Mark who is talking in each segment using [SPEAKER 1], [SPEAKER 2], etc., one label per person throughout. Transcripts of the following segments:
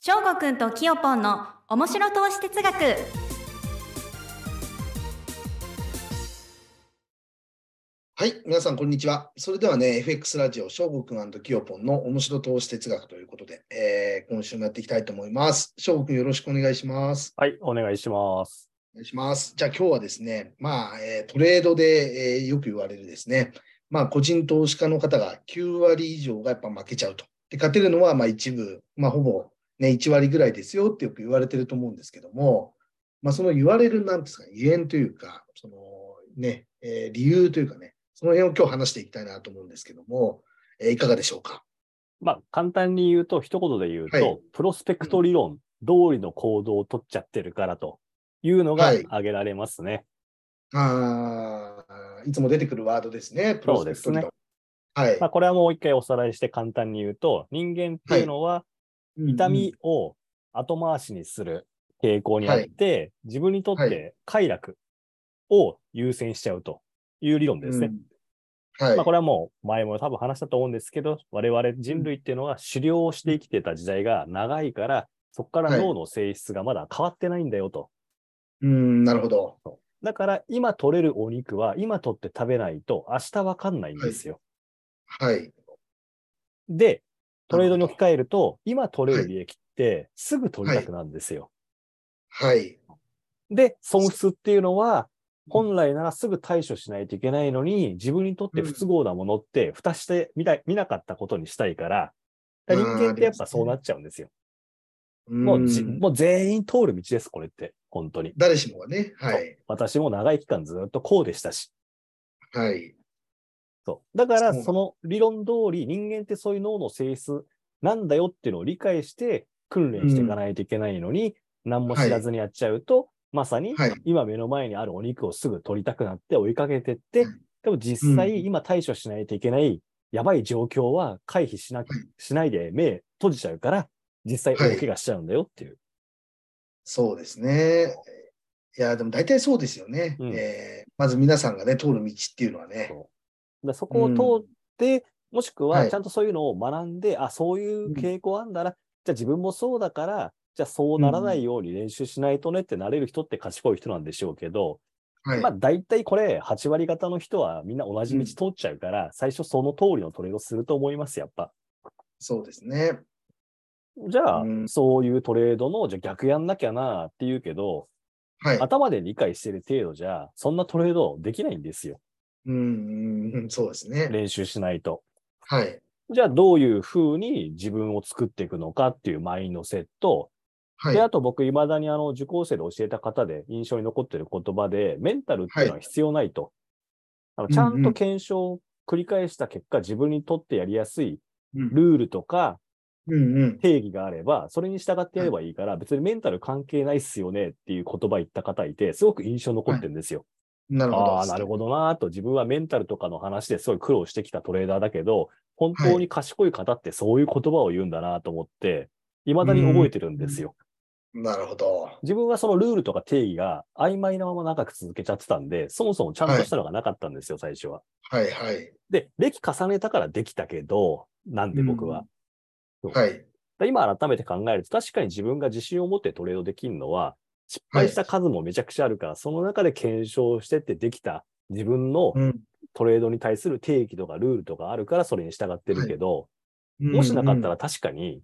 [SPEAKER 1] 翔吾くんときよぽんの面白投資哲学
[SPEAKER 2] はい、皆さん、こんにちは。それではね、FX ラジオ、翔吾くんキヨポンの面白投資哲学ということで、えー今週もやっていきたいと思います。翔吾くん、よろしくお願いします。
[SPEAKER 3] はい、お願いします。
[SPEAKER 2] お願いします。じゃあ、今日はですね、まあ、えートレードで、えーよく言われるですね、まあ、個人投資家の方が9割以上がやっぱ負けちゃうと。で、勝てるのは、まあ、一部、まあ、ほぼね、1割ぐらいですよってよく言われてると思うんですけども、まあ、その言われる、なんですか、ゆえんというか、そのね、えー理由というかね、その辺を今日話していきたいなと思うんですけども、えーいかがでしょうか。
[SPEAKER 3] まあ、簡単に言うと、一言で言うと、
[SPEAKER 2] はい
[SPEAKER 3] プロスペクト理論通りの行動を取っちゃってるからというのが
[SPEAKER 2] はい
[SPEAKER 3] 挙げられますね。
[SPEAKER 2] あーいつも出てくるワードですね、プロスペクトリ
[SPEAKER 3] そ
[SPEAKER 2] ト。はい
[SPEAKER 3] まあ、。これはもう一回おさらいして簡単に言うと、人間っていうのは痛みを後回しにする傾向にあって、自分にとっ
[SPEAKER 2] は
[SPEAKER 3] て快楽を優先しちゃうという理論ですね。
[SPEAKER 2] うん。はい。
[SPEAKER 3] まあ、これはもう前も多分話したと思うんですけど、我々人類っていうのは狩猟をして生きてた時代が長いから、そこから脳の性質がまだ変わってないんだよと。
[SPEAKER 2] うん、なるほど。
[SPEAKER 3] だから今取れるお肉は今取って食べないと明日わかんないんですよ。
[SPEAKER 2] はい。
[SPEAKER 3] で、トレードに置き換えると、今取れる利益ってすぐ取りたくなんですよ。
[SPEAKER 2] はい。
[SPEAKER 3] で、損失っていうのは、本来ならすぐ対処しないといけないのに、自分にとって不都合なものって、蓋してみたい見なかったことにしたいから、だから人間ってやっぱそうなっちゃうんですよ。もうじ
[SPEAKER 2] うん
[SPEAKER 3] もう全員通る道です、これって、本当に。
[SPEAKER 2] 誰しもがね。はい。
[SPEAKER 3] 私も長い期間ずっとこうでしたし。
[SPEAKER 2] はい。
[SPEAKER 3] そうだから、
[SPEAKER 2] そう
[SPEAKER 3] その理論通り、人間ってそういう脳の性質なんだよっていうのを理解して、訓練していかないといけないのに、何も知らずにやっちゃうと、まさに
[SPEAKER 2] はい。
[SPEAKER 3] 今目の前にあるお肉をすぐ取りたくなって追いかけてって
[SPEAKER 2] はい、
[SPEAKER 3] でも実
[SPEAKER 2] う
[SPEAKER 3] 際今対処しないといけないやばい状況は回避しな
[SPEAKER 2] はい
[SPEAKER 3] しないで目閉じちゃうから、実際大怪我しちゃうんだよっていう。
[SPEAKER 2] そうですね。いや、でも大体そうですよね。
[SPEAKER 3] うん
[SPEAKER 2] えーまず皆さんがね、通る道っていうのはね
[SPEAKER 3] そ。うだからそこを通って、もしく
[SPEAKER 2] は
[SPEAKER 3] はいちゃんとそういうのを学んで、あ、そういう傾向あんだな、じゃあ自分もそうだから、じゃあそうならないように練習しないとねってなれる人って賢い人なんでしょうけど、
[SPEAKER 2] はい。
[SPEAKER 3] まあ大体これ8割方の人はみんな同じ道通っちゃうから、最初その通りのトレードすると思います、やっぱ。
[SPEAKER 2] そうですね。
[SPEAKER 3] じゃあ、
[SPEAKER 2] うん
[SPEAKER 3] そういうトレードの、じゃあ逆やんなきゃなって言うけど、
[SPEAKER 2] はい。
[SPEAKER 3] 頭で理解してる程度じゃ、そんなトレードできないんですよ。
[SPEAKER 2] うん、うん、そうですね。
[SPEAKER 3] 練習しないと。
[SPEAKER 2] はい。
[SPEAKER 3] じゃあどういうふうに自分を作っていくのかっていうマインドセット。
[SPEAKER 2] はい
[SPEAKER 3] で、。あと僕、未だにあの、受講生で教えた方で印象に残ってる言葉で、メンタルっていうのは必要ないと。あのちゃ
[SPEAKER 2] うん
[SPEAKER 3] ん
[SPEAKER 2] う
[SPEAKER 3] と
[SPEAKER 2] ん
[SPEAKER 3] 検証を繰り返した結果、自分にとってやりやすい
[SPEAKER 2] うん、
[SPEAKER 3] ルールとか
[SPEAKER 2] うん、うん。
[SPEAKER 3] 定義があれば、それに従ってやればいいから、別にメンタル関係ないっすよねっていう言葉言った方いて、すごく印象に残ってるんですよ。
[SPEAKER 2] なるほど。
[SPEAKER 3] ああ、なるほどなーと、自分はメンタルとかの話ですごい苦労してきたトレーダーだけど、本当に賢い方ってそういう言葉を言うんだなと思って、未だに覚えてるんですよ。
[SPEAKER 2] なるほど。
[SPEAKER 3] 自分はそのルールとか定義が曖昧なまま長く続けちゃってたんで、そもそもちゃんとしたのがなかったんですよ、最初は。
[SPEAKER 2] はい、はい。
[SPEAKER 3] で、歴重ねたからできたけど、なんで僕は。
[SPEAKER 2] はい。
[SPEAKER 3] で今改めて考えると、確かに自分が自信を持ってトレードできるのは、失敗した数もめちゃくちゃあるから、その中で検証してってできた自分の
[SPEAKER 2] うん。
[SPEAKER 3] トレードに対する定義とかルールとかあるからそれに従ってるけど、もしなかった
[SPEAKER 2] ら。
[SPEAKER 3] ら確かに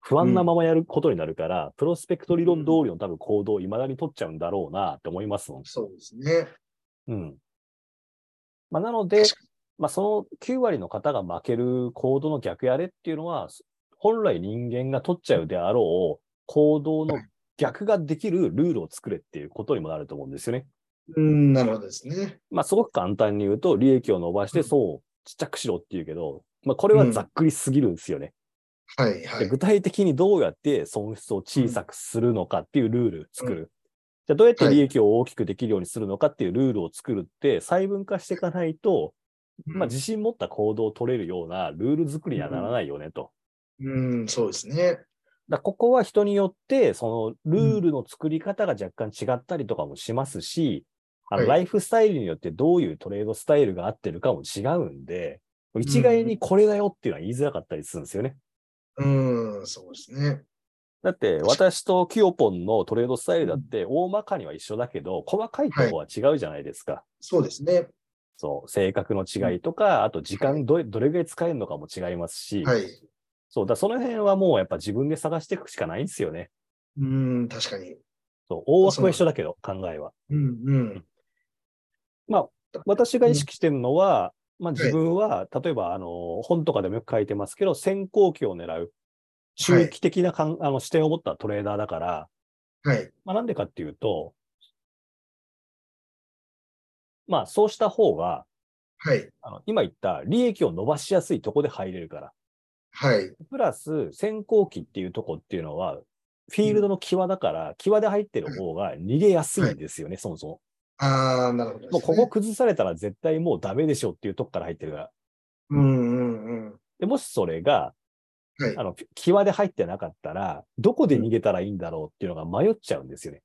[SPEAKER 3] 不安なままやることになるから、プロスペクト理論通りの多分行動を未だに取っちゃうんだろうなって思いますもん。
[SPEAKER 2] そうですね。
[SPEAKER 3] うん。まあ、なので
[SPEAKER 2] 確、
[SPEAKER 3] まあ、その9割の方が負ける行動の逆やれっていうのは、本来人間が取っちゃうであろう行動の逆ができるルールを作れっていうことにもなると思うんですよね。
[SPEAKER 2] うん、なるほどですね。
[SPEAKER 3] まあ、すごく簡単に言うと、利益を伸ばして、
[SPEAKER 2] うん
[SPEAKER 3] そう、ちっちゃくしろっていうけど、まあ、これはざっくりすぎるんですよね、
[SPEAKER 2] はい、は
[SPEAKER 3] で
[SPEAKER 2] い
[SPEAKER 3] 具。体的にどうやって損失を小さくするのかっていうルール作る。じゃあどうやって利益を大きくできるようにするのかっていうルールを作るって、細分化していかないと、まあ、自信持った行動を取れるようなルール作りにはならないよねと。
[SPEAKER 2] うん、そうですね。
[SPEAKER 3] だからここは人によって、そのルールの作り方が若干違ったりとかもしますし、あの
[SPEAKER 2] はい
[SPEAKER 3] ライフスタイルによってどういうトレードスタイルが合ってるかも違うんで、一概にこれだよっていうのは言いづらかったりするんですよね。
[SPEAKER 2] うん、そうですね。
[SPEAKER 3] だって、私とキヨポンのトレードスタイルだって、大まかには一緒だけど、細かいとこは違うじゃないですか。
[SPEAKER 2] そうですね。
[SPEAKER 3] そう、性格の違いとか、あと時間どれ、どれぐらい使えるのかも違いますし、
[SPEAKER 2] はい。
[SPEAKER 3] そう、だからその辺はもうやっぱ自分で探していくしかないんですよね。
[SPEAKER 2] うーん、確かに。
[SPEAKER 3] そう、大枠は一緒だけど、考えは。
[SPEAKER 2] うんうん。
[SPEAKER 3] 私が意識してるのは、まあ
[SPEAKER 2] い
[SPEAKER 3] 自分は、例えば、あの、本とかでもよく書いてますけど、先行期を狙う、中期的なかん、あの視点を持ったトレーダーだから、
[SPEAKER 2] はい。
[SPEAKER 3] まあ、なんでかっていうと、まあ、そうした方が、
[SPEAKER 2] はい。
[SPEAKER 3] あの今言った利益を伸ばしやすいとこで入れるから。
[SPEAKER 2] はい。
[SPEAKER 3] プラス、先行期っていうとこっていうのは、フィールドの際だから、際で入ってる方が逃げやすいんですよね、そもそも。
[SPEAKER 2] ああ、なるほど、ね。
[SPEAKER 3] もうここ。崩されたら絶対もうダメでしょっていうとこから入ってるから。
[SPEAKER 2] うんうんうん。
[SPEAKER 3] でもしそれが、
[SPEAKER 2] はい
[SPEAKER 3] あ。の、際で入ってなかったら、どこで逃げたらいいんだろうっていうのが迷っちゃうんですよね。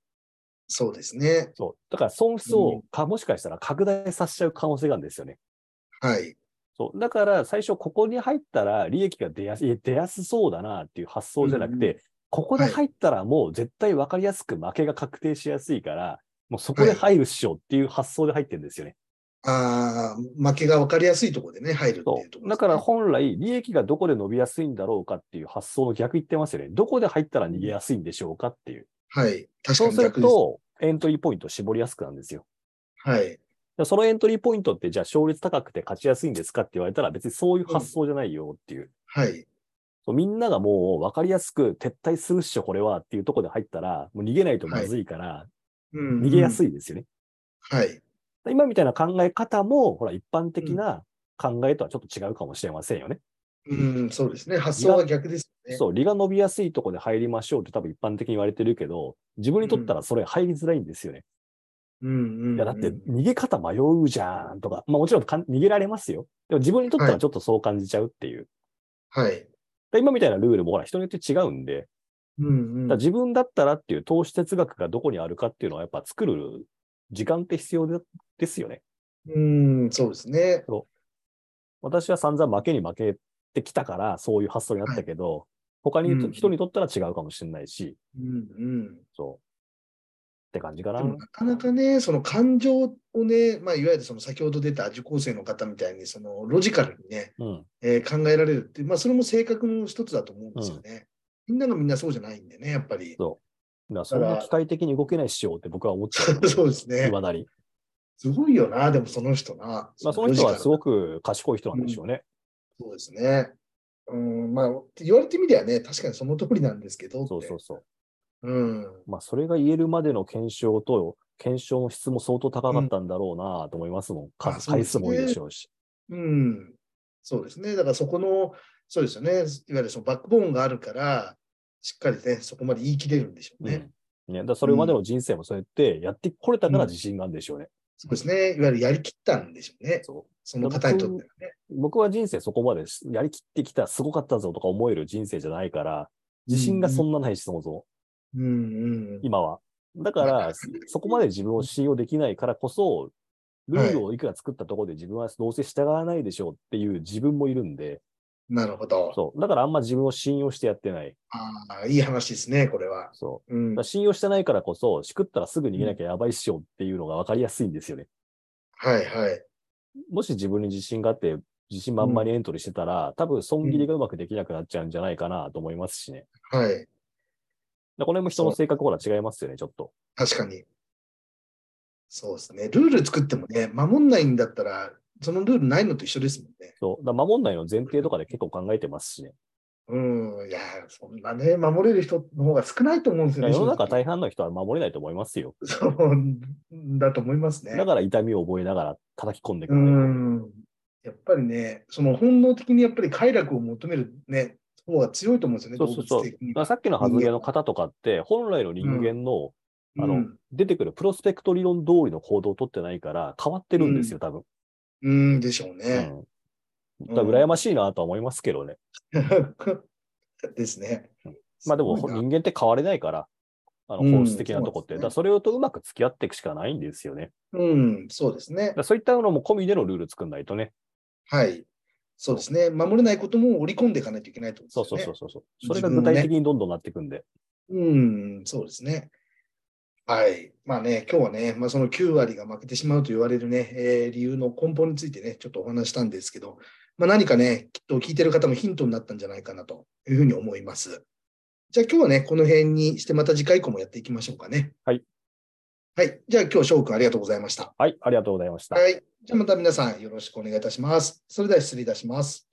[SPEAKER 2] そうですね。
[SPEAKER 3] そう。だから損失をか、もしかしたら拡大させちゃう可能性があるんですよね。
[SPEAKER 2] はい。
[SPEAKER 3] そう。だから、最初ここに入ったら利益が出やすい、出やすそうだなっていう発想じゃなくて、
[SPEAKER 2] う
[SPEAKER 3] ここで入ったらもう絶対分かりやすく負けが確定しやすいから、もうそこで入るっしょっていう発想で入ってるんですよね。
[SPEAKER 2] ああ、負けが分かりやすいところでね、入るっていうとこ
[SPEAKER 3] そう。
[SPEAKER 2] ろ、
[SPEAKER 3] だから、本来、利益がどこで伸びやすいんだろうかっていう発想の逆言ってますよね。どこで入ったら逃げやすいんでしょうかっていう。
[SPEAKER 2] はい。確か
[SPEAKER 3] そう
[SPEAKER 2] に
[SPEAKER 3] する
[SPEAKER 2] 逆です。
[SPEAKER 3] と、エントリーポイント絞りやすくなるんですよ。
[SPEAKER 2] はい。
[SPEAKER 3] でそのエントリーポイントって、じゃあ勝率高くて勝ちやすいんですかって言われたら、別にそういう発想じゃないよっていう。
[SPEAKER 2] はい。
[SPEAKER 3] そうみんながもう分かりやすく撤退するっしょ、これはっていうところで入ったら、もう逃げないとまずいか
[SPEAKER 2] う
[SPEAKER 3] ら、
[SPEAKER 2] ん
[SPEAKER 3] 逃げやす
[SPEAKER 2] い。
[SPEAKER 3] いですよね。
[SPEAKER 2] はい。
[SPEAKER 3] 今みたいな考え方も、ほら、一般的な考えとはちょっと違うかもしれませんよね。
[SPEAKER 2] うん、そうですね。発想は逆ですね。
[SPEAKER 3] そう、利が伸びやすいところで入りましょうって多分一般的に言われてるけど、自分にとったらそれ入りづらいんですよね。
[SPEAKER 2] うんうんうん。
[SPEAKER 3] いや、だって逃げ方迷うじゃんとか、まあもちろんかん逃げられますよ。でも自分にとったらちょっとそう感じちゃうっていう。
[SPEAKER 2] はい。
[SPEAKER 3] で今みたいなルールもほら、人によって違うんで、
[SPEAKER 2] うん
[SPEAKER 3] だ
[SPEAKER 2] う
[SPEAKER 3] から
[SPEAKER 2] ん。
[SPEAKER 3] 自分だったらっていう投資哲学がどこにあるかっていうのはやっぱ作る時間って必要でですよね。
[SPEAKER 2] うん、そうですね。
[SPEAKER 3] 私は散々負けに負けてきたからそういう発想になったけど、他に
[SPEAKER 2] うん
[SPEAKER 3] 人にとったら違うかもしれないし、
[SPEAKER 2] うんうん。
[SPEAKER 3] そう。って感じか
[SPEAKER 2] で
[SPEAKER 3] な。
[SPEAKER 2] もなかなかね、その感情をね、まあ、いわゆるその先ほど出た受講生の方みたいに、そのロジカルにね、
[SPEAKER 3] うん。
[SPEAKER 2] えー考えられるっていう、まあ、それも性格の一つだと思うんですよね。みんながみんなそうじゃないんでね、やっぱり。
[SPEAKER 3] だからそんな機械的に動けないしようって僕は思っちゃう。
[SPEAKER 2] そうです ね
[SPEAKER 3] い。まだに。
[SPEAKER 2] すごいよな、でもその人な。
[SPEAKER 3] まあその人はすご
[SPEAKER 2] く。
[SPEAKER 3] く賢い人なんでしょうね。
[SPEAKER 2] そうですね。うん、まあ、言われてみりゃね、確かにその通りなんですけどって。
[SPEAKER 3] そうそうそう。
[SPEAKER 2] うん。
[SPEAKER 3] まあそれが言えるまでの検証と、検証の質も相当高かったんだろうなと思いますもん。
[SPEAKER 2] あ
[SPEAKER 3] 数
[SPEAKER 2] そう
[SPEAKER 3] 回
[SPEAKER 2] です
[SPEAKER 3] 数
[SPEAKER 2] ね
[SPEAKER 3] も多いでしょうし。
[SPEAKER 2] うん。そうですね。だからそこの、そうですよね。いわゆるそのバックボーンがあるから、しっかりね、そこまで言い切れるんでしょうね。
[SPEAKER 3] うんね、だからそれまでの人生もそうやってやってこれたから自信があるんでしょうね。
[SPEAKER 2] そうですね。いわゆるやりきったんでしょうね。
[SPEAKER 3] そ
[SPEAKER 2] その方にとってはね。
[SPEAKER 3] う僕は人生そこまでやりきってきた、すごかったぞとか思える人生じゃないから、自信がそんなないし、そもそも、
[SPEAKER 2] うんうん。
[SPEAKER 3] 今は。だ から、そこまで自分を信用できないからこそ、ルールをいくら作ったところで自分はどうせ従わないでしょうっていう自分もいるんで、
[SPEAKER 2] なるほど。
[SPEAKER 3] そう。だからあんま自分を信用してやってない。
[SPEAKER 2] ああ、いい話ですね、これは。
[SPEAKER 3] そう。
[SPEAKER 2] うん
[SPEAKER 3] だから。信用してないからこそ、しくったらすぐ逃げなきゃやばいっしょっていうのが分かりやすいんですよね。
[SPEAKER 2] はいはい。
[SPEAKER 3] もし自分に自信があって、自信満々にエントリーしてたら、多分損切りがうまくできなくなっちゃうんじゃないかなと思いますしね。
[SPEAKER 2] はい。
[SPEAKER 3] だからこの辺も人の性格ほら違いますよね、ちょっと。
[SPEAKER 2] 確かに。そうですね。ルール作ってもね、守んないんだったら、そのルールないのと一緒ですもんね。
[SPEAKER 3] そう。だから守んないの前提とかで結構考えてますしね。
[SPEAKER 2] うん。いや、そんなね、守れる人の方が少ないと思うんです
[SPEAKER 3] だ
[SPEAKER 2] よ
[SPEAKER 3] か
[SPEAKER 2] ね。
[SPEAKER 3] ら世の中
[SPEAKER 2] 正直
[SPEAKER 3] 大半の人は守れないと思いますよ。
[SPEAKER 2] そうだと思いますね。
[SPEAKER 3] だから痛みを覚えながら叩き込んでいく
[SPEAKER 2] う
[SPEAKER 3] る。
[SPEAKER 2] ん。やっぱりね、その本能的にやっぱり快楽を求めるね、方が強いと思うんですよね、
[SPEAKER 3] そうそう
[SPEAKER 2] 動
[SPEAKER 3] そ
[SPEAKER 2] 物
[SPEAKER 3] う。だ
[SPEAKER 2] 的に
[SPEAKER 3] からさっきの発言の方とかって、本来の人間のあの
[SPEAKER 2] うん
[SPEAKER 3] 出てくるプロスペクト理論通りの行動を取ってないから変わってるんですよ、多分。
[SPEAKER 2] うんでしょう
[SPEAKER 3] う
[SPEAKER 2] ね。
[SPEAKER 3] ん。だから羨ましいなとは思いますけどね。
[SPEAKER 2] ですね。
[SPEAKER 3] まあでも
[SPEAKER 2] すごいな
[SPEAKER 3] 人間って変われないから、あ
[SPEAKER 2] う
[SPEAKER 3] の
[SPEAKER 2] ん
[SPEAKER 3] 本質的なとこって、
[SPEAKER 2] そうですね
[SPEAKER 3] だからそれとうまく付き合っていくしかないんですよね。
[SPEAKER 2] うん、そうですね
[SPEAKER 3] だか。らそういったのも込みでのルール作んないとね。
[SPEAKER 2] はい。そうですね。守れないことも織り込んでいかないといけないってこと
[SPEAKER 3] そう
[SPEAKER 2] ですよ
[SPEAKER 3] そう
[SPEAKER 2] ね。
[SPEAKER 3] そうそう。そ
[SPEAKER 2] 自
[SPEAKER 3] れ
[SPEAKER 2] 分の
[SPEAKER 3] が
[SPEAKER 2] ね
[SPEAKER 3] 具体的にどんどんなっていくんで。
[SPEAKER 2] うん、そうですね。はい。まあね、今日はね、まあ、その9割が負けてしまうと言われるね、えー理由の根本についてね、ちょっとお話ししたんですけど、まあ、何かね、きっと聞いてる方もヒントになったんじゃないかなというふうに思います。じゃあ今日はね、この辺にして、また次回以降もやっていきましょうかね。
[SPEAKER 3] はい。
[SPEAKER 2] はい。じゃあ今日、翔くんありがとうございました。
[SPEAKER 3] はい、ありがとうございました。
[SPEAKER 2] はい。じゃあまた皆さんよろしくお願いいたします。それでは失礼いたします。